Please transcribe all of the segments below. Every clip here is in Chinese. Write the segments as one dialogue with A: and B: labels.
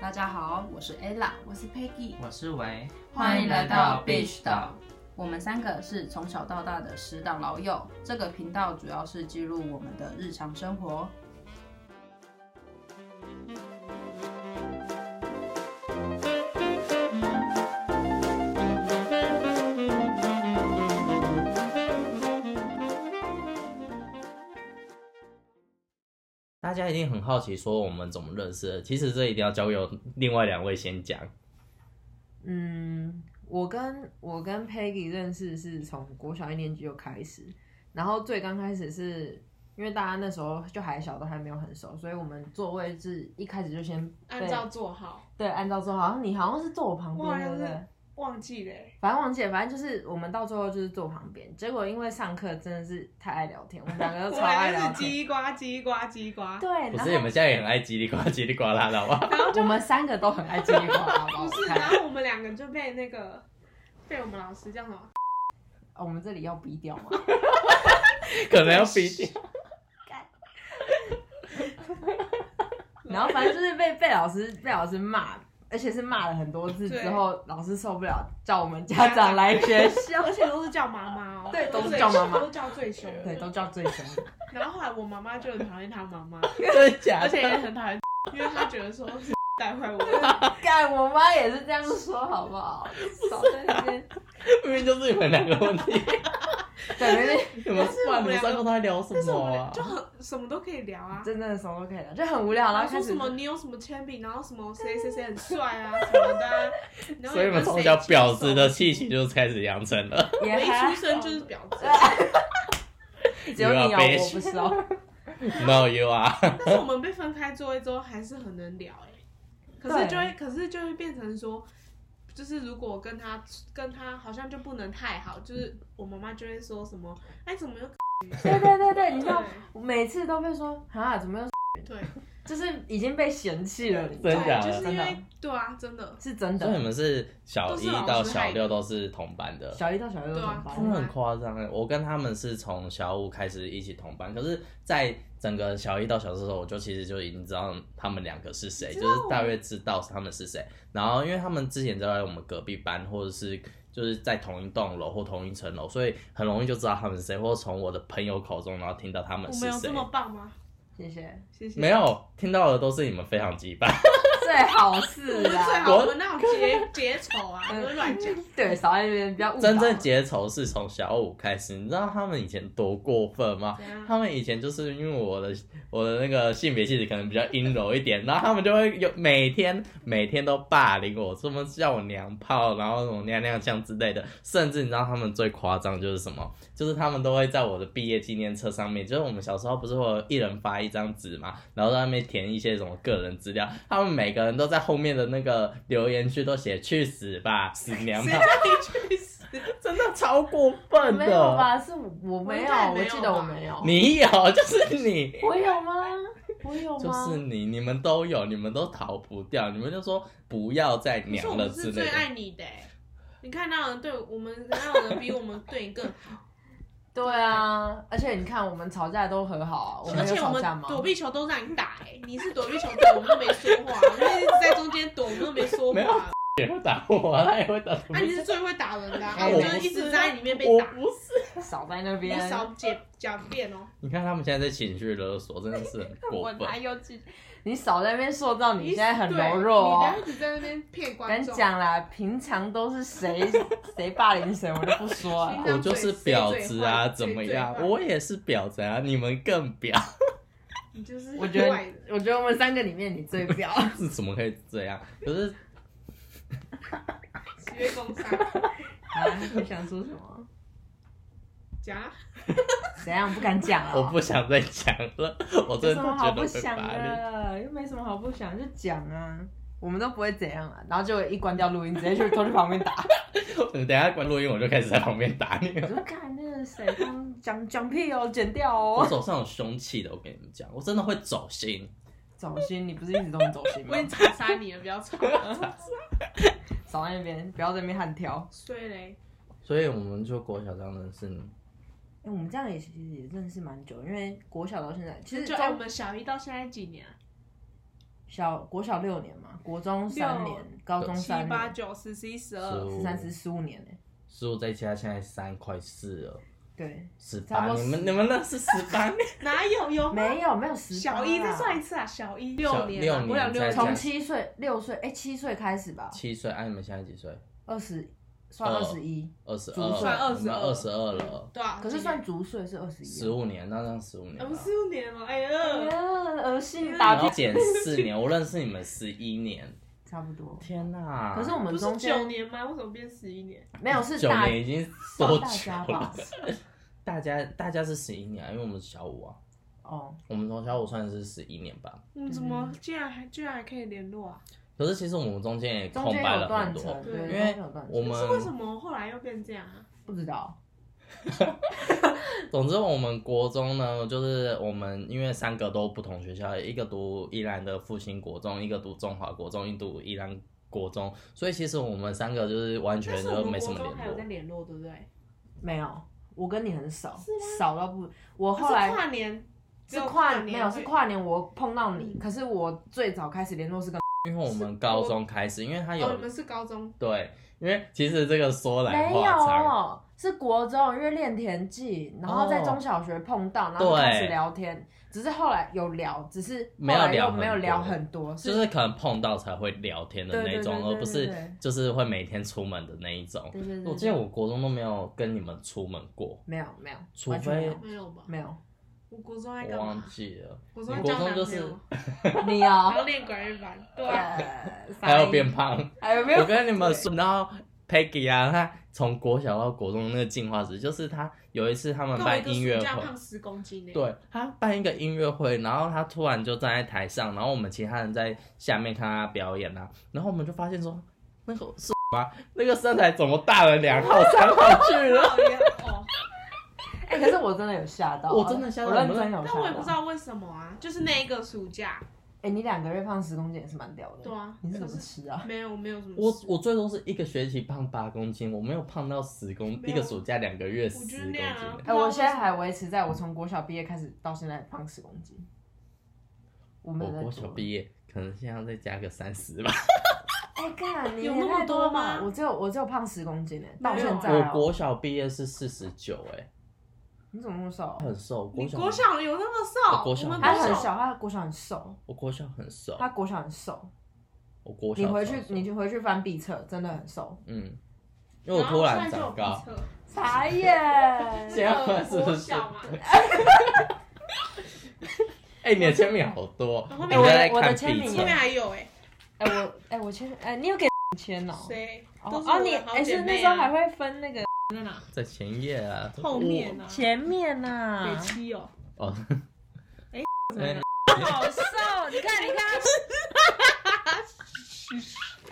A: 大家好，我是 Ella，
B: 我是 Peggy，
C: 我是维，
B: 欢迎来到 Beach 岛。
A: 我们三个是从小到大的石岛老友。这个频道主要是记录我们的日常生活。
C: 大家一定很好奇，说我们怎么认识的？其实这一定要交由另外两位先讲。
B: 嗯，我跟我跟 Peggy 认识是从国小一年级就开始，然后最刚开始是因为大家那时候就还小，都还没有很熟，所以我们座位是一开始就先被
D: 按照做好，
B: 对按照坐好，像你好像是坐我旁
D: 我
B: 边，
D: 好
B: 对
D: 像
B: 不
D: 是
B: 对？
D: 忘记了欸。
B: 反正忘记了，反正就是我们到最后就是坐旁边。结果因为上课真的是太爱聊天，我们两个
D: 我
B: 都超爱
D: 们
B: 聊
D: 是
B: 天。
D: 叽呱叽呱叽呱，
B: 对，
A: 哎
C: 可
B: 然
C: 是你
B: 后
C: 们现在也很爱叽里呱叽里呱啦的，好不好？
B: 我们三个都很爱叽里呱啦，不 哦
D: 不是，啊然后我们两个就被那个被我们老师叫什么？
B: 哦我们这里要逼掉吗？
C: 可能要逼掉。
B: 然后反正就是被被老师被老师骂，而且是骂了很多次之后，老师受不了，叫我们家长来 学校，
D: 而且都是叫妈妈哦，
B: 对都是叫妈妈
D: 都叫最凶
B: 对，
D: 的。
B: 都叫最凶的。
D: 然后后来我妈妈就很讨厌他妈妈，
C: 真的假
D: 而且也
C: 的？
D: 很讨厌，因为她觉得 说是带坏我。
B: 干，我妈也是这样说，好不好？少在那边，
C: 明明就是你们两个问题，
B: 对，没事，
C: 你们
D: 是我
C: 哇
D: 们
C: 你们
D: 两个
C: 上课都在聊什
D: 但是我
C: 么
D: 们
C: 啊？
D: 就很什么都可以聊啊，
B: 真的什么都可以聊，就很无聊，然
D: 然
B: 后
D: 后说
B: 开始
D: 什么你有什么铅笔，然后什么谁谁谁很帅啊什么的啊，然后
C: 所以你们从小婊子的气息就开始养成 了。
B: 也
D: 我一
B: 还
D: 出生就是婊子。
B: 只有你
C: You
B: 有，
C: are
B: 我不是 哦。
C: No you are。
D: 但是我们被分开座位之后，还是很能聊哎、可是就会，可是就会变成说，就是如果跟他跟他好像就不能太好，就是我妈妈就会说什么，哎，怎么又
B: 对对对对，你知道，
D: 对
B: 每次都被说啊，怎么又
D: 对
B: 就是已经被嫌弃了，你知道
C: 真
B: 吗
C: 假
D: 对，
C: 的
D: 就是因
B: 真
D: 为
B: 的
D: 对啊，真的
B: 是真
C: 所以你
B: 的。
C: 们是小一到小六都是同班的，
B: 小一到小六都同
D: 对啊
C: 真的
B: 班，
C: 很夸张哎！我跟他们是从小五开始一起同班，可是，在整个小一到小四的时候，我就其实就已经知道他们两个是谁，
D: 知
C: 就
D: 道
C: 是大约知道他们是谁。然后，因为他们之前就在我们隔壁班，或者是就是在同一栋楼或同一层楼，所以很容易就知道他们是谁，或者从我的朋友口中然后听到他们
D: 我
C: 是
D: 们有
C: 谁
D: 这。么棒吗？
B: 谢谢。
D: 谢谢。
C: 没有听到的都是你们非常鸡巴，
B: 最好
D: 我
B: 是
D: 们 最
B: 啦，
D: 好，我们那种结结仇啊，不是乱讲。
B: 对，少在那边不要误导。
C: 真正结仇是从小五开始，你知道他们以前多过分吗
D: 怎样？
C: 他们以前就是因为我的我的那个性别气质可能比较阴柔一点，然后他们就会有每天每天都霸凌我，什么叫我娘炮，然后什么娘娘腔之类的，甚至你知道他们最夸张就是什么？就是他们都会在我的毕业纪念册上面，就是我们小时候不是会有一人发一张纸嘛，然后在那边填一些什么个人资料，他们每个人都在后面的那个留言区都写去死吧，死娘炮。
D: 你去死！
C: 真的超过分
B: 没有
C: 的。
B: 吧？是我
D: 我
B: 没有，
D: 应该也没
B: 我
D: 有
B: 记得
D: 吧
B: 我没有。
C: 你有，就是你，
B: 我有吗？我有
C: 就
B: 吗？
C: 是你，你们都有，你们都逃不掉，你们就说不要再
D: 可是我
C: 娘了
D: 们
C: 之
D: 是
C: 类
D: 最
C: 的。
D: 爱你的欸、你看那有人对我们，那有人比我们对你更
B: 对啊，而且你看，我们吵架都和好啊，我
D: 而
B: 们有
D: 且我
B: 吵架
D: 们
B: 吗？
D: 躲避球都让你打、欸，你是躲避球对，我们都没说话， 我们一直在中间躲，我们都没说
C: 没有
D: 话。
C: 也会打我啊，他也 会打我。
D: 啊，你是最会打人的、啊，
C: 啊
D: 我
C: 我
D: 就
C: 不
D: 一直在里面被
C: 我
D: 打。
C: 不是。
B: 少在那
D: 你
B: 边。
D: 少解狡辩哦，
C: 你看他们现在在情绪勒索，真的是 很过
B: 我
C: 分。
B: 哪有去？你少在那边塑造你现在很
D: 对
B: 柔弱哦
D: 你。一直在那边骗观
B: 跟
D: 众。
B: 讲啦，平常都 是谁谁霸凌谁，我就不说啊
D: 啊
B: 了。
C: 我就是婊子啊，怎么样？
D: 最最
C: 我也是婊子啊，你们更婊，
D: 你就是
B: 我觉得
D: 坏人，
B: 我觉得我们三个里面你 最婊，
C: 是怎么可以这样？可是
D: 十月工伤，
B: 啊，你想说什么？
D: 讲啊
B: 怎样不敢讲啊？
C: 我不想再讲了，我
B: 有
C: 真
B: 什
C: 的
B: 么好
C: 觉得
B: 不
C: 会
B: 想
C: 把你。
B: 的？又没什么好不想，就讲啊。我们都不会怎样啊，然后就一关掉录音，直接去偷去旁边打。
C: 你等一下关录音，我就开始在旁边打你
B: 我
C: 了。
B: 说看那个谁刚讲讲屁哦，剪掉
C: 我
B: 哦。
C: 手上有凶器的，我跟你们讲，我真的会走心。
B: 走心，你不是一直都很走心吗
D: 我已？经查杀你了，不要吵。
B: 少在那边，不要在那边悍挑。
D: 睡嘞，
C: 所以我们就国小这样认识你，
B: 哎、我们这样也其实也认识蛮久，因为国小到现在，其实
D: 就哎
B: 中
D: 哎，我们小一到现在几年啊？
B: 小国小六年嘛，国中三
D: 六
B: 年，高中
D: 七
B: 三
D: 八
B: 年，
D: 九十十一十
C: 15
D: 二，
B: 十三十十五年呢、欸
C: 十五再加现在三块四了，
B: 对，
C: 十
B: 差不
C: 八，
B: 多
C: 你
B: 10
C: 们你们那是十八年，
D: 哪有有吗
B: 没有没有十
D: 哦小一再算一次啊，小一
C: 小
D: 六年啊，
C: 六
D: 我想
C: 年再加
D: 六
B: 从七岁六岁哎七岁开始吧，
C: 七岁，哎、你们现在几岁？
B: 二十算
C: 二
B: 二十一，
C: 二十
B: 足
C: 二，
B: 算
C: 我们二
D: 22
C: 十二了，
D: 对啊，
B: 可是算足岁是二十一，啊
C: 十五年，那这样十五年
D: 呃
C: 了
D: 不。是六年吗？哎呀，
B: 哎呀恶心
C: 然
B: 打
C: 后
B: 屁，
C: 减四年，我认识你们十一年，
B: 差不多。
C: 天哪！
B: 可是我
D: 不
B: 们
D: 是
B: 中
D: 九
B: 间
D: 年吗？为什么变十一年？
B: 没有是
C: 九
B: 大
C: 年已经
B: 算
C: 多
B: 大
C: 久
B: 家吧
C: 了？？ 大家大家是十一年啊，因为我们是小五啊，
B: 哦，
C: 我们从小五算是十一年吧。
D: 嗯，怎么竟然还居然还可以联络啊？
C: 可是其实我们中间也空
B: 中间
C: 白了
B: 有
C: 很
B: 断
C: 多，
B: 层，对，
D: 因
B: 中
C: 因为
B: 间有断
C: 我
B: 层，
D: 可是为什
C: 们
D: 么后来又变这样啊？
B: 不知道。
C: 总之我们国中呢，就是我们因为三个都不同学校，一个读宜兰的复兴国中，一个读中华国中，一个读宜兰国中，所以其实我们三个就是完
D: 但
C: 全
D: 是
C: 都
D: 我们
C: 没什
D: 国
C: 么
D: 中还有在
C: 联络。
D: 联络，对不对？
B: 没有，我跟你很少
D: 是吗，
B: 少到不。我
D: 可
B: 后来
D: 哦是跨年只
B: 是
D: 有
B: 跨
D: 年
B: 没有是
D: 会
B: 跨年，我碰到你，
D: 嗯
B: 可是我最早开始联络是跟
C: 因为我们高中开始，因为他有、
D: 哦，你们是高中
C: 对，因为其实这个说来
B: 没
C: 话长，
B: 有，是国中，因为练田径，然后在中小学碰到，然后
C: 对
B: 开始聊天，只是后来有聊，只是
C: 没有
B: 后来
C: 聊
B: 又
C: 很
B: 没有聊
C: 多
B: 很多，
C: 就是是可能碰到才会聊天的那
B: 对对
C: 种，
B: 对对
C: 而不
B: 对对
C: 是就是会每天出门的那一种。
B: 对
D: 嗯
B: 对对，
C: 我记得我国中都没有跟你们出门过，
B: 没有没有，
C: 除
B: 完全没有
C: 非
D: 没有吧？
B: 没有
D: 我国中在
C: 我
D: 干
C: 忘
D: 嘛？
C: 记了。
D: 国中在
C: 国
D: 交
C: 中
D: 男
C: 就
D: 朋友
C: 是
D: 吗，
B: 你
D: 然 后
B: 哦，
D: 练管乐班，对啊。
B: 呃
C: 还有变，胖。
B: 还有 没
C: 我
B: 有？
C: 跟你们说，然后 Peggy 啊，她从国小到国中那个进化史，就是她有一次他们
D: 那我一
C: 办
D: 个
C: 音乐
D: 暑假
C: 会，
D: 胖十公斤呢、
C: 对啊她办一个音乐会，然后她突然就站在台上，然后我们其他人在下面看她表演啊，然后我们就发现说，那个是 吗？那个身材怎么大了两号三号去了？
D: 讨厌 哦！
B: 哎，可是我真的有吓到，啊
C: 我真的吓到
B: 我认真有吓
D: 但我也不知
B: 到。
D: 道为什么啊，就是那一个暑假，
B: 哎，你两个月胖十公斤也是蛮屌的。
D: 对啊
B: 你是怎么
D: 可
B: 吃啊？
D: 没有没有什么
C: 我
D: 事
C: 我最多是一个学期胖八公斤，我没有胖到十公，一
D: 没有
C: 个暑假两个月十
D: 我
C: 公
D: 觉得
C: 斤
D: 那样啊
C: 欸。
B: 哎、我现在还维持在我从国小毕业开始到现在胖十公斤。我没
C: 我
B: 有在
C: 国
B: 读
C: 小毕业，可能现在要再加个三十吧。
B: 哎，干你
D: 有
B: 也
D: 那么
B: 太
D: 多
B: 了
D: 吗
B: 我只有我只有胖十公斤哎、到
D: 没有
B: 现
D: 啊
B: 在、
C: 我
B: 哦。
C: 国小毕业是四十九，哎，
B: 你怎么那么瘦？
C: 很瘦。
D: 你
C: 国小，
D: 国小有那么
C: 我
D: 瘦？
C: 国小
D: 我们
B: 他
D: 国
B: 很
D: 小
B: 小，他国小很瘦，
C: 我国小很瘦。
B: 他国小很瘦。
C: 我国小
B: 你
C: 超瘦，
B: 回去你就回去翻壁册，真的很瘦。
C: 嗯，因为我突然长高，，
B: 傻眼！
C: 现
D: 然
C: 在是
D: 后现在就
C: 不
D: 有国
C: 是？
D: 小嘛，
C: 哎，你的签名好多，
D: 后
C: 你
D: 面
C: 都在
B: 我我的
C: 看
B: 签
C: 壁
B: 名
D: 后面
C: 册。
D: 还有哎、
B: 哎、我哎、我签哎、你有给签哦、
D: 谁？
B: 哦
D: 都是
B: 哦
D: 我
B: 你
D: 的好
B: 哎、
D: 姐
B: 是那
D: 妹
B: 时候
D: 啊
B: 还会分那个
D: 在哪？
C: 在前页啊，
D: 后面啊，
B: 前面啊呐、
D: 北七哦，
C: 哦， 哎
D: 哎，
B: 好瘦！你看你 看，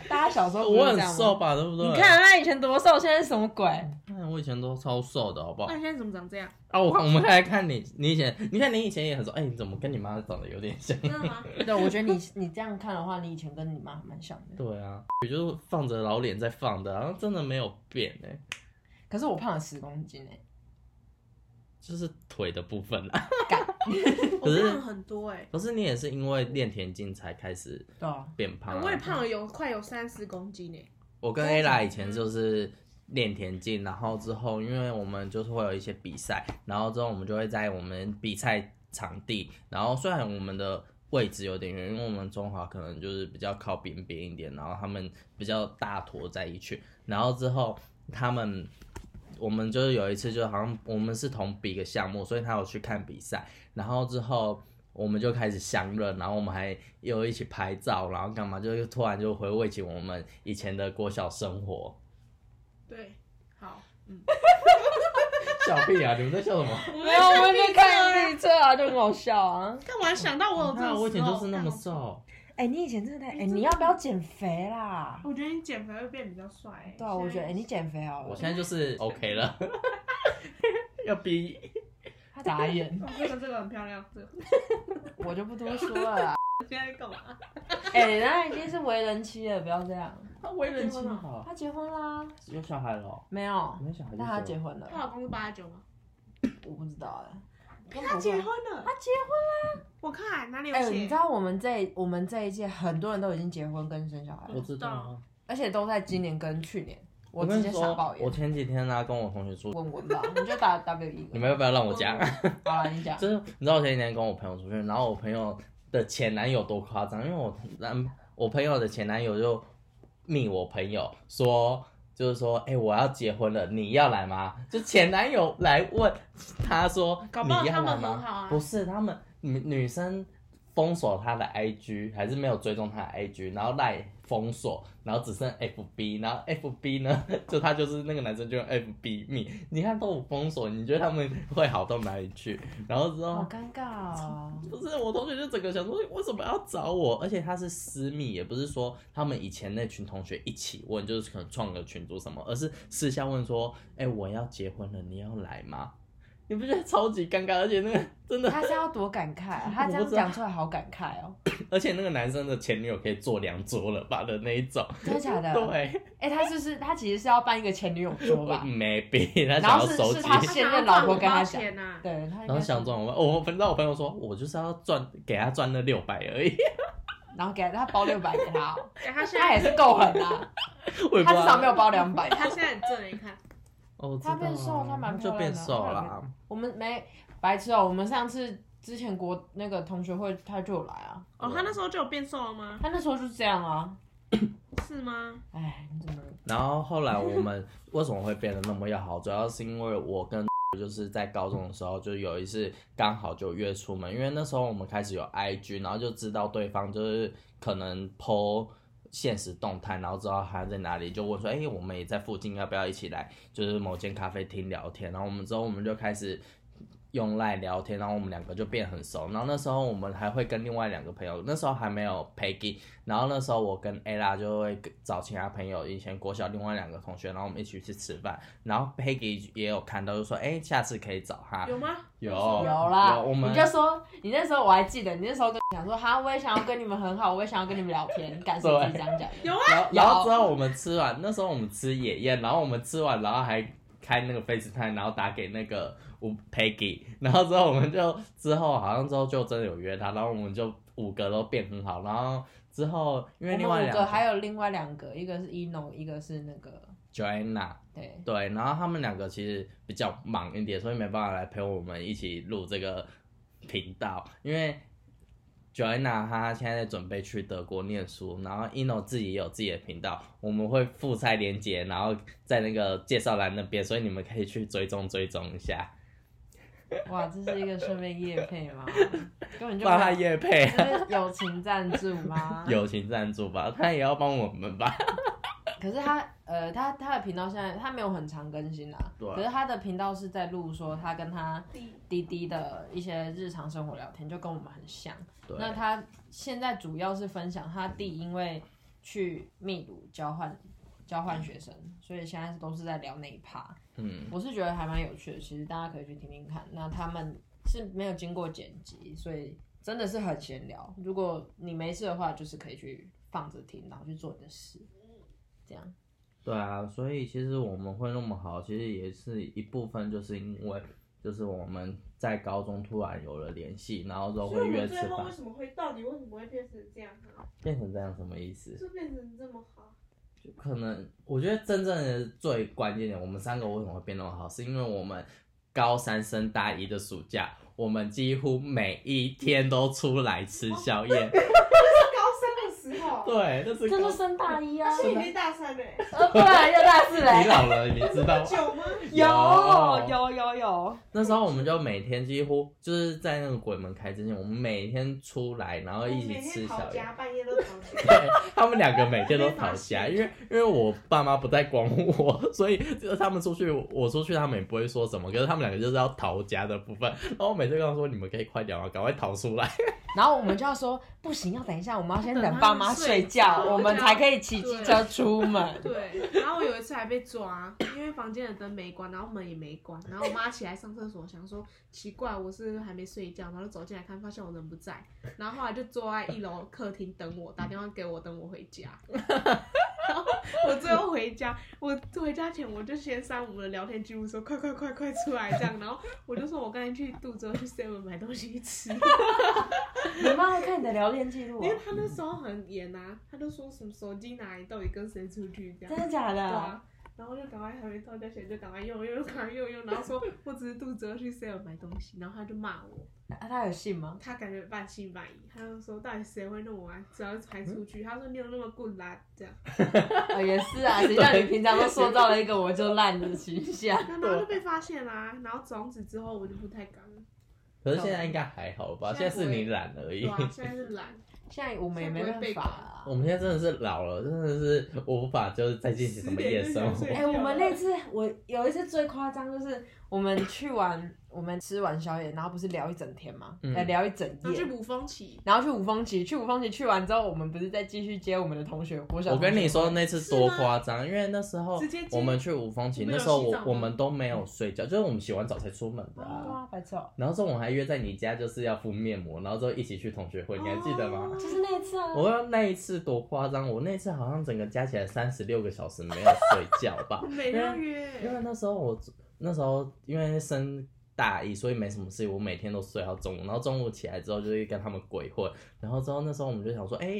B: 大家小时候不
C: 我
B: 是这
C: 很
B: 样吗
C: 瘦吧，对不对？
B: 你看他以前多瘦，现在是什么鬼？
C: 看我以前都超瘦的，好不好
B: 哎
D: 那？你现在怎么 长这样？
C: 啊，我看我们来看你，你以前，你看你以前也很瘦，哎、你怎么跟你妈长得有点像？
D: 真的吗？
B: 对，我觉得你 你这样看的话，你以前跟你妈还蛮像的。
C: 对啊，也就是放着老脸在放的，然后真的没有变哎、
B: 可是我胖了十公斤哎、
C: 就是腿的部分啦。
D: 我
C: 是
D: 胖很多哎、
C: 可是你也是因为练田径才开始
B: 对啊，
C: 变胖、啊，
D: 我也胖了有快有三十公斤哎、
C: 我跟 Ella 以前就是练田径，然后之后因为我们就是会有一些比赛，然后之后我们就会在我们比赛场地，然后虽然我们的位置有点远，因为我们中华可能就是比较靠边边一点，然后他们比较大坨在一起，然后之后他们。我们就是有一次，就好像我们是同比一个项目，所以他有去看比赛，然后之后我们就开始相认，然后我们还又一起拍照，然后干嘛，就是突然就回味起我们以前的国小生活。
D: 对，好，嗯，
C: 笑屁啊！你们在笑什么？
D: 我
B: 没有，我们在看
D: 啊
B: 内测啊，就很好笑啊。
D: 干嘛想到我有这
C: 那
D: 种？
C: 我以前就是那么。瘦，
B: 哎、你以前真的太哎、
D: 你真的
B: 你要不要减肥啦？
D: 我觉得你减肥会变比较帅、欸。
B: 对啊，我觉得哎、你减肥好
C: 我
B: 了
C: 现。在就是 OK 了。 要逼
B: 他眨眼，
D: 哦这个这个很漂亮，这 个
B: 我就不多说了啦。
D: 现在干嘛？
B: 哎、那已经是为人妻了，不要这样。
C: 他为
D: 人妻
C: 好，
B: 他结婚啦？
C: 有小孩了，哦
B: 没有，
C: 没小孩就
B: 那他结婚
D: 她
B: 了？
D: 老公是八九吗？
B: 我不知道哎、
D: 她结婚了，
B: 他结婚啦，
D: 我看哪里有
B: 哎、你
D: 写
B: 知？道我们这我们这一届很多人都已经结婚跟生小孩
C: 我
D: 嗯
B: 了，
C: 知道啊。
B: 而且都在今年跟去年。我
C: 跟
B: 直
C: 你
B: 接傻
C: 说
B: 爆，
C: 我
B: 眼，
C: 前几天呢、啊跟我同学说，
B: 问文吧，你就打 W 一。
C: 你们要不要让我讲？
B: 好了，你讲。
C: 就是你知道我前几天跟我朋友出去，然后我朋友的前男友多夸张，因为我男我朋友的前男友就密我朋友说，就是说，哎、我要结婚了，你要来吗？就前男友来问他说，
D: 搞不好
C: 你要
D: 他们
C: 来
D: 很
C: 吗？
D: 好啊
C: 不是，他们女女生封锁他的 IG，还是没有追踪他的 IG，然后赖封锁，然后只剩 FB，然后 FB 呢，就他就是那个男生就用 FB 密，你看都有封锁，你觉得他们会好到哪里去？然后之后
B: 好尴尬哦。
C: 不是，我同学就整个想说，为什么要找我？而且他是私密，也不是说他们以前那群同学一起问，就是可能创个群组什么，而是私下问说，哎、我要结婚了，你要来吗？你不觉得超级尴尬？而且那个真的，
B: 他是要多感慨 啊，他这样讲出来好感慨哦，
C: 而且那个男生的前女友可以坐两桌了吧的那一种，
B: 真的假的？
C: 对，
B: 哎、他就是他其实是要办一个前女友桌吧？
C: 没必他
B: 然
C: 想
B: 后
C: 要
B: 是
C: 手
B: 是
C: 机。
B: 他
D: 他
B: 现
D: 想
B: 任
D: 要
B: 老
D: 赚
B: 婆
D: 我
B: 跟他
D: 包
B: 讲，
D: 钱啊呐，
B: 对他应
C: 然后
B: 该
C: 想
B: 是，
C: 赚我们，我朋友我朋友说，我就是要赚，给他赚那六百而已。
B: 然后给他他包六百给他哦，
D: 哎他现
B: 他也
D: 在
B: 是够狠啊，
C: 我也不
B: 他
C: 知道
B: 至少没有包两 百。
D: 他现在很正，你看，
C: 哦，我知
B: 他变
C: 道
B: 瘦
C: 啊
B: 他蛮
C: 就
B: 漂亮
C: 变
B: 的
C: 瘦
B: 他有
C: 了。
B: 我们没白痴哦，我们上次之前国那个同学会他就有来啊，
D: 哦，他那时候就有变瘦了吗？
B: 他那时候就是这样啊，
D: 是吗？
B: 哎，你怎么
C: 然后后来我们为什么会变得那么要好，主要是因为我跟 就是在高中的时候，就有一次刚好就约出门，因为那时候我们开始有 IG，然后就知道对方就是可能 PO 现实动态，然后知道他在哪里，就问说，哎、我们也在附近，要不要一起来，就是某间咖啡厅聊天？然后我们之后我们就开始。用赖聊天，然后我们两个就变很熟。然后那时候我们还会跟另外两个朋友，那时候还没有 Peggy，然后那时候我跟 ella 就会找其他朋友，以前国小另外两个同学，然后我们一起去吃饭。然后 Peggy 也有看到，就说：“哎、下次可以找他。
D: 有吗？
C: 有”
B: 啊有啦，
C: 有啊我们
B: 你就说你那时候我还记得，你那时候跟我讲说，哈，我也想要跟你们很好，我也想要跟你们聊天，感受自己这样讲的。
D: 有
C: 然 后然后
B: 有
C: 之后我们吃完，那时候我们吃野宴，然后我们吃完，然后还开那个 FaceTime，然后打给那个我 Peggy，然 后之后我们就之后好像之后就真的有约他，然后我们就五个都变很好，然后之后 因为另
B: 我
C: 外
B: 们五
C: 两个
B: 个还有另外两个，一个是 ino，一个是那个
C: Joanna，
B: 对，
C: 对，然后他们两个其实比较忙一点，所以没办法来陪我们一起录这个频道。因为 Joanna 她现在在准备去德国念书，然后 Ino 自己也有自己的频道，我们会附拆连接，然后在那个介绍栏那边，所以你们可以去追踪追踪一下，
B: 哇，这是一个顺便夜配吗？根本就
C: 帮他
B: 没有
C: 夜配啊，？
B: 这是友情赞助吗
C: 友情赞助吧，他也要帮我们吧。
B: 可是他呃，他他的频道现在他没有很常更新啊，
C: 对啊
B: 可是他的频道是在录说他跟他滴滴的一些日常生活聊天，就跟我们很像。
C: 对，
B: 那他现在主要是分享他弟因为去秘鲁交换交换学生，所以现在都是在聊那一趴。
C: 嗯，
B: 我是觉得还蛮有趣的，其实大家可以去听听看。那他们是没有经过剪辑，所以真的是很闲聊。如果你没事的话，就是可以去放着听，然后去做你的事，这样。
C: 对啊，所以其实我们会那么好，其实也是一部分，就是因为就是我们在高中突然有了联系，然后都
D: 所
C: 会
D: 以我
C: 约
D: 们
C: 吃
D: 最后
C: 饭
D: 为，什么会到底为什么会变成这样啊？
C: 变成这样什么意思？
D: 就变成这么好？
C: 就可能我觉得真正的最关键点，我们三个为什么会变那么好，是因为我们高三升大一的暑假，我们几乎每一天都出来吃宵 夜。
D: 高三的时候，
C: 对，那是高
B: 这就升大一啊，
D: 他已经大三嘞，
B: 呃，对啊，又大四
C: 你
B: 嘞。
C: 老了，你知 道吗？
D: 久吗？
B: 有有有有，
C: 那时候我们就每天几乎就是在那个鬼门开之前，我们每天出来，然后
D: 我
C: 一
D: 每
C: 起吃
D: 天
C: 宵
D: 逃
C: 夜。
D: 家，半夜都逃家。
C: 对，他们两个每天都吵架，因为因为我爸妈不在管我，所以 就是他们出去，我出去他们也不会说什么。可是他们两个就是要逃家的部分，然后我每次跟他们说：“你们可以快点啊，赶快逃出来。
B: 然后我们就要说不行，要等一下，我们要先
D: 等
B: 等
D: 他
B: 爸
D: 们
B: 妈
D: 睡
B: 睡觉，
D: 觉
B: 我们才可以骑机
D: 对
B: 车出门。
D: 对，然后我有一次还被抓，因为房间的灯没关，然后门也没关，然后我妈起来上厕所，想说奇怪，我是不是还没睡觉，然后就走进来看，发现我人不在，然后后来就坐在一楼客厅等我，打电话给我等我回家。然后我最后回家，我回家前我就先删我们的聊天记录，说快快快快出来这样，然后我就说我刚才去杜州去 seven 买东西吃，
B: 你妈会看你的聊天记录、
D: 因为
B: 哦，
D: 他那时候很严啊，他就说什么手机哪里到底跟谁出去这样
B: 真。的假
D: 对
B: 的？
D: 啊，然后就赶快还没到家前就赶快用用赶快用用，然后说我只是肚子饿去 seven 买东西，然后他就骂我，
B: 啊他有信 吗？
D: 他感觉半信半疑，他就说到底谁会那么晚只要才出去？他说你有那么棍啦这样，
B: 啊，也是 啊，谁叫你平常都塑造了一个我就烂的形象？
D: 然后就被发现啦、然后从此之后我就不太敢了，
C: 可是现在应该还好吧？现
D: 现
C: 在
D: 在
C: 是你懒而已
D: 对。啊，现在是懒，
B: 现在我们也没办法啊。
C: 我们现在真的是老了，真的是无法就是再进行什么夜生活
D: 10点就想睡。
B: 哎、我们那次我有一次最夸张，就是我们去完，我们吃完宵夜，然后不是聊一整天嘛，
C: 嗯
B: 呃聊一整
D: 然后去
B: 夜，
D: 捕风起，
B: 然后去五峰旗，去五峰旗去完之后，我们不是再继续接我们的同学？我想
C: 我跟你说那次多夸张，因为那时候
D: 直接接
C: 我们去五峰
D: 你
C: 琴，
D: 们
C: 那
D: 有
C: 时候
D: 洗澡
C: 我
D: 吗
C: 我们都没有睡觉，就是我们洗完澡才出门的啊。
B: 啊，白痴哦、
C: 然后之后我们还约在你家，就是要敷面膜，然后之后一起去同学会，你还记得吗？
B: 就是那一次
D: 哦
B: 啊，
C: 我那一次多夸张，我那次好像整个加起来三十六个小时没有睡觉吧
D: 我，每天约
C: 因为那时候我那时候因为升大一，所以没什么事情，我每天都睡到中午，然后中午起来之后就是跟他们鬼混，然后之后那时候我们就想说，哎、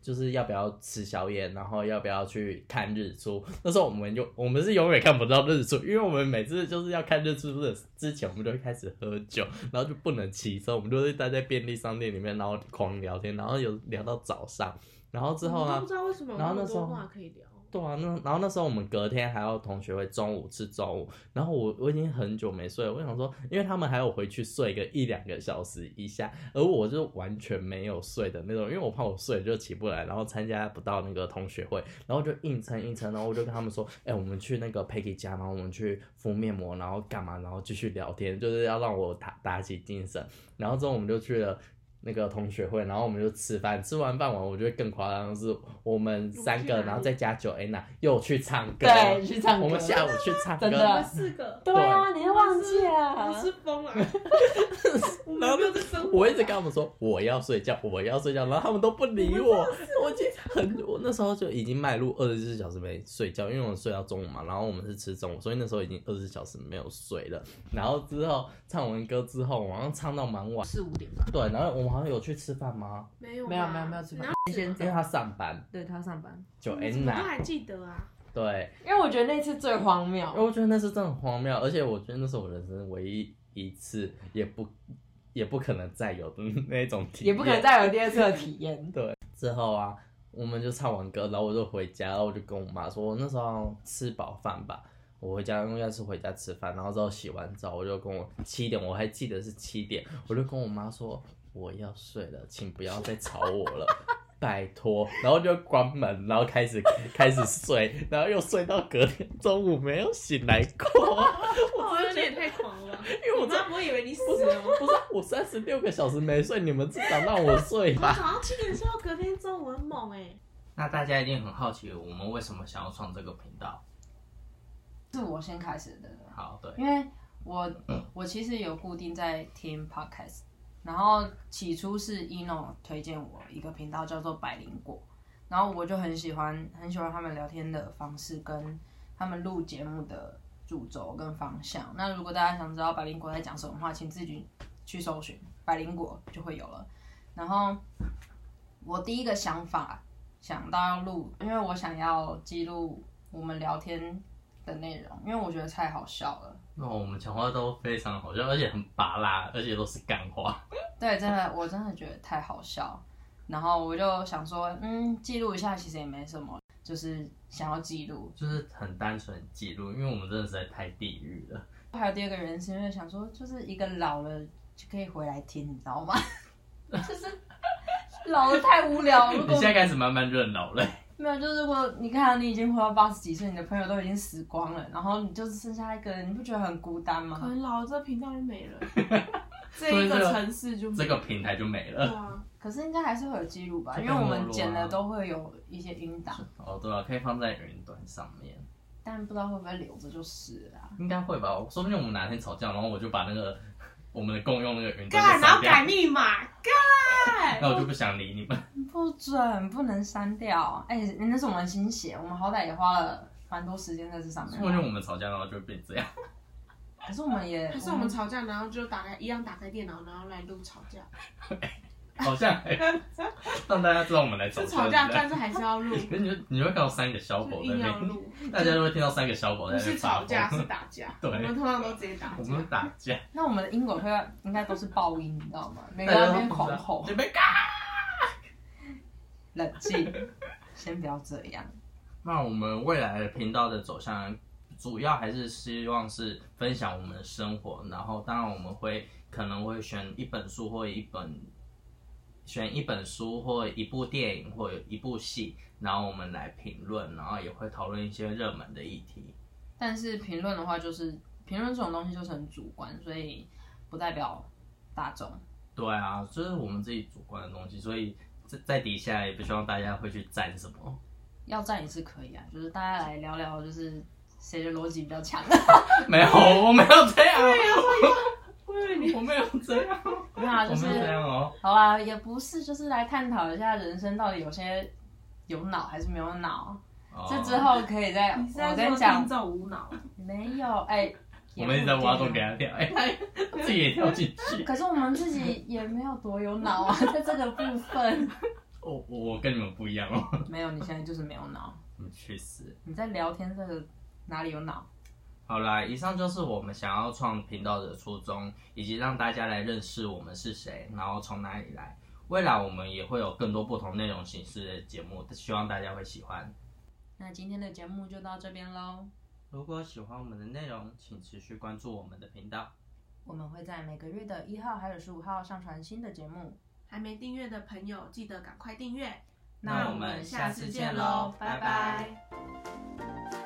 C: 就是要不要吃宵夜，然后要不要去看日出？那时候我们就我们是永远看不到日出，因为我们每次就是要看日出的之前，我们就会开始喝酒，然后就不能骑车，我们就是待在便利商店里面，然后狂聊天，然后有聊到早上，然后之后
D: 我
C: 呢
D: 都不？知道为什么有
C: 然后
D: 哦那么
C: 那时候
D: 多话可以聊，
C: 对啊，那然后那时候我们隔天还要同学会中午吃中午，然后我我已经很久没睡了，我想说，因为他们还有回去睡个一两个小时一下，而我就完全没有睡的那种，因为我怕我睡了就起不来，然后参加不到那个同学会，然后就硬撑硬撑，然后我就跟他们说，哎、我们去那个 Peggy 家，然后我们去敷面膜，然后干嘛，然后继续聊天，就是要让我打打起精神，然后之后我们就去了。那个同学会，然后我们就吃饭，吃完饭完，我觉得更夸张的是，我们三个，
D: 我们去哪里
C: 然后再加九 A 娜又去唱歌，
B: 对，去唱歌，
C: 我们下午去唱歌，
B: 真
D: 我
B: 的
D: 们四个。
B: 对啊，你又忘记啊
D: 我
B: 了，
D: 是疯了，我们没有在生活 啊。
C: 我一直跟他们说我要睡觉，我要睡觉，然后他们都不理我。我已经很，我那时候就已经迈入二十四小时没睡觉，因为我睡到中午嘛，然后我们是吃中午，所以那时候已经二十四小时没有睡了。然后之后唱完歌之后，我好像唱到蛮晚。
A: 四五点吧。
C: 对，然后我们好像有去吃饭 吗？
D: 没有
B: 没有
D: 吧
B: 没有没有吃饭
D: 然后，
B: 先
C: 因
B: 走
C: 为，他上班，
B: 对他上班，
C: 九
D: 你怎么都
C: Anna
D: 还记得啊？
C: 对。
B: 因为我觉得那次最荒
C: 因
B: 谬
C: 为。我觉得那是真的很荒谬，而且我觉得那是我人生唯一一次，也不也不可能再有的那种体
B: 也
C: 验，
B: 不可能再有第二次的体验。
C: 之后啊，我们就唱完歌，然后我就回家，然后我就跟我妈说，我那时候吃饱饭吧，我回家应该是回家吃饭，然后之后洗完澡，我就跟我七点，我还记得是七点，我就跟我妈说我要睡了，请不要再吵我了。拜托，然后就关门，然后开始开始睡，然后又睡到隔天中午没有醒来过。
D: 我觉得你也太狂了吧，哦因
C: 为我
D: 妈不会以为你死哦 了吗？
C: 不是我三十六个小时没睡，你们至少让我睡
D: 我
C: 吧。
D: 早上七点睡到隔天中午很猛哎、
C: 那大家一定很好奇，我们为什么想要创这个频道？
A: 是我先开始的，
C: 好，对，
A: 因为我、我其实有固定在听 podcast，然后起初是 ino 推荐我一个频道叫做百灵果，然后我就很喜欢很喜欢他们聊天的方式跟他们录节目的主轴跟方向。那如果大家想知道百灵果在讲什么的话，请自己去搜寻百灵果就会有了。然后我第一个想法想到要录，因为我想要记录我们聊天的内容，因为我觉得太好笑了。
C: 那哦我们讲话都非常好笑，而且很拔辣，而且都是干话。
A: 对，真的，我真的觉得太好笑。 然后我就想说，嗯，记录一下其实也没什么，就是想要记录。
C: 就是很单纯记录，因为我们真的实在太地狱了。
A: 还有第二个原因是因为想说，就是一个老了就可以回来听，你知道吗？ 就是老了太无聊。如
C: 你
A: 果
C: 现在开始慢慢认老了，
A: 没有，就是如果你看你已经活到八十几岁，你的朋友都已经死光了，然后你就剩下一个人，你不觉得很孤单
D: 可
A: 吗？
D: 能老了这频道就没了，这一个城市就没
C: 这
D: 了
C: 个平台就没
D: 对
C: 了。
D: 啊，
A: 可是应该还是会有记录吧，
C: 就
A: 因
C: 被
A: 为我
C: 没
A: 们
C: 落啊
A: 剪了都会有一些音档，
D: 嗯
C: 哦，对啊，可以放在云端上面，
A: 但不知道会不会留着就是了啊。
C: 应该会吧？说不定我们哪天吵架，然后我就把那个 我们的共用那个云端
D: 干，
C: 给
D: 然后
C: 删掉，
D: 改密 码，
C: 那
D: 干，
C: 我就不想理你们。
A: 不准，不能删掉。哎、那是我们心血，我们好歹也花了蛮多时间在这上面啊
C: 说。不定我们吵架，然后就会变这样。
A: 可是我们也，
D: 还是我们吵架，然后就打开一样打开电脑，然后来录吵架，
C: 好像 还让大家知道我们来找
D: 是
C: 消
D: 吵
C: 息
D: 架，
C: 的。
D: 但是还是 要录，
C: 可是你就你会看到三个小
D: 就
C: 狗在
D: 硬
C: 那
D: 要
C: 边，
D: 录，
C: 大家都会听到三个小狗在
D: 不
C: 那边
D: 是
C: 发
D: 吵
C: 疯
D: 架是打架，
C: 对
D: 我们通常都直接打
C: 我
D: 架。
C: 们打架，
A: 那我们的英狗会应该都是爆音，你知道吗？每
C: 大
A: 个人在那
C: 家都
A: 边狂吼
C: 你，别干。
A: 冷静，先不要这样。
C: 那我们未来的频道的走向，主要还是希望是分享我们的生活，然后当然我们会可能会选一本书或一本。选一本书或一部电影或一部戏，然后我们来评论，然后也会讨论一些热门的议题。
A: 但是评论的话，就是评论这种东西就是很主观，所以不代表大众。
C: 对啊，这、是我们自己主观的东西，所以在在底下也不希望大家会去赞什么。
A: 要站也是可以啊，就是大家来聊聊，就是谁的逻辑比较强。
C: 没有，我没有这样，
A: 啊
D: 我以为你
C: 我没有这样，
A: 没有啊，
C: 我
A: 就
C: 没有这
A: 是
C: 样哦。
A: 好啊，也不是，就是来探讨一下人生到底有些有脑还是没有脑。这
C: 哦
A: 之后可以再，
E: 你是在
A: 我跟
E: 说
A: 你讲
E: 听，众无脑？
A: 没有哎，
C: 我们一直在挖洞给
A: 他。
C: 他跳，哎、自己也跳进 去。
A: 可是我们自己也没有多有脑 啊，在这个部分。
C: 我哦我跟你们不一样哦， 嗯
A: 没有，你现在就是没有脑，
C: 你去死！
A: 你在聊天这个哪里有脑？
C: 好啦，以上就是我们想要创频道的初衷，以及让大家来认识我们是谁，然后从哪里来。未来我们也会有更多不同内容形式的节目，希望大家会喜欢。
A: 那今天的节目就到这边喽，
C: 如果喜欢我们的内容，请持续关注我们的频道。
A: 我们会在每个月的一号还有十五号上传新的节目。
D: 还没订阅的朋友，记得赶快订阅。
C: 那
D: 那
C: 我
D: 我
C: 们
D: 们
C: 下
D: 下
C: 次
D: 次
C: 见
D: 见
C: 喽
D: 喽，
C: 拜
D: 拜
C: 拜
D: 拜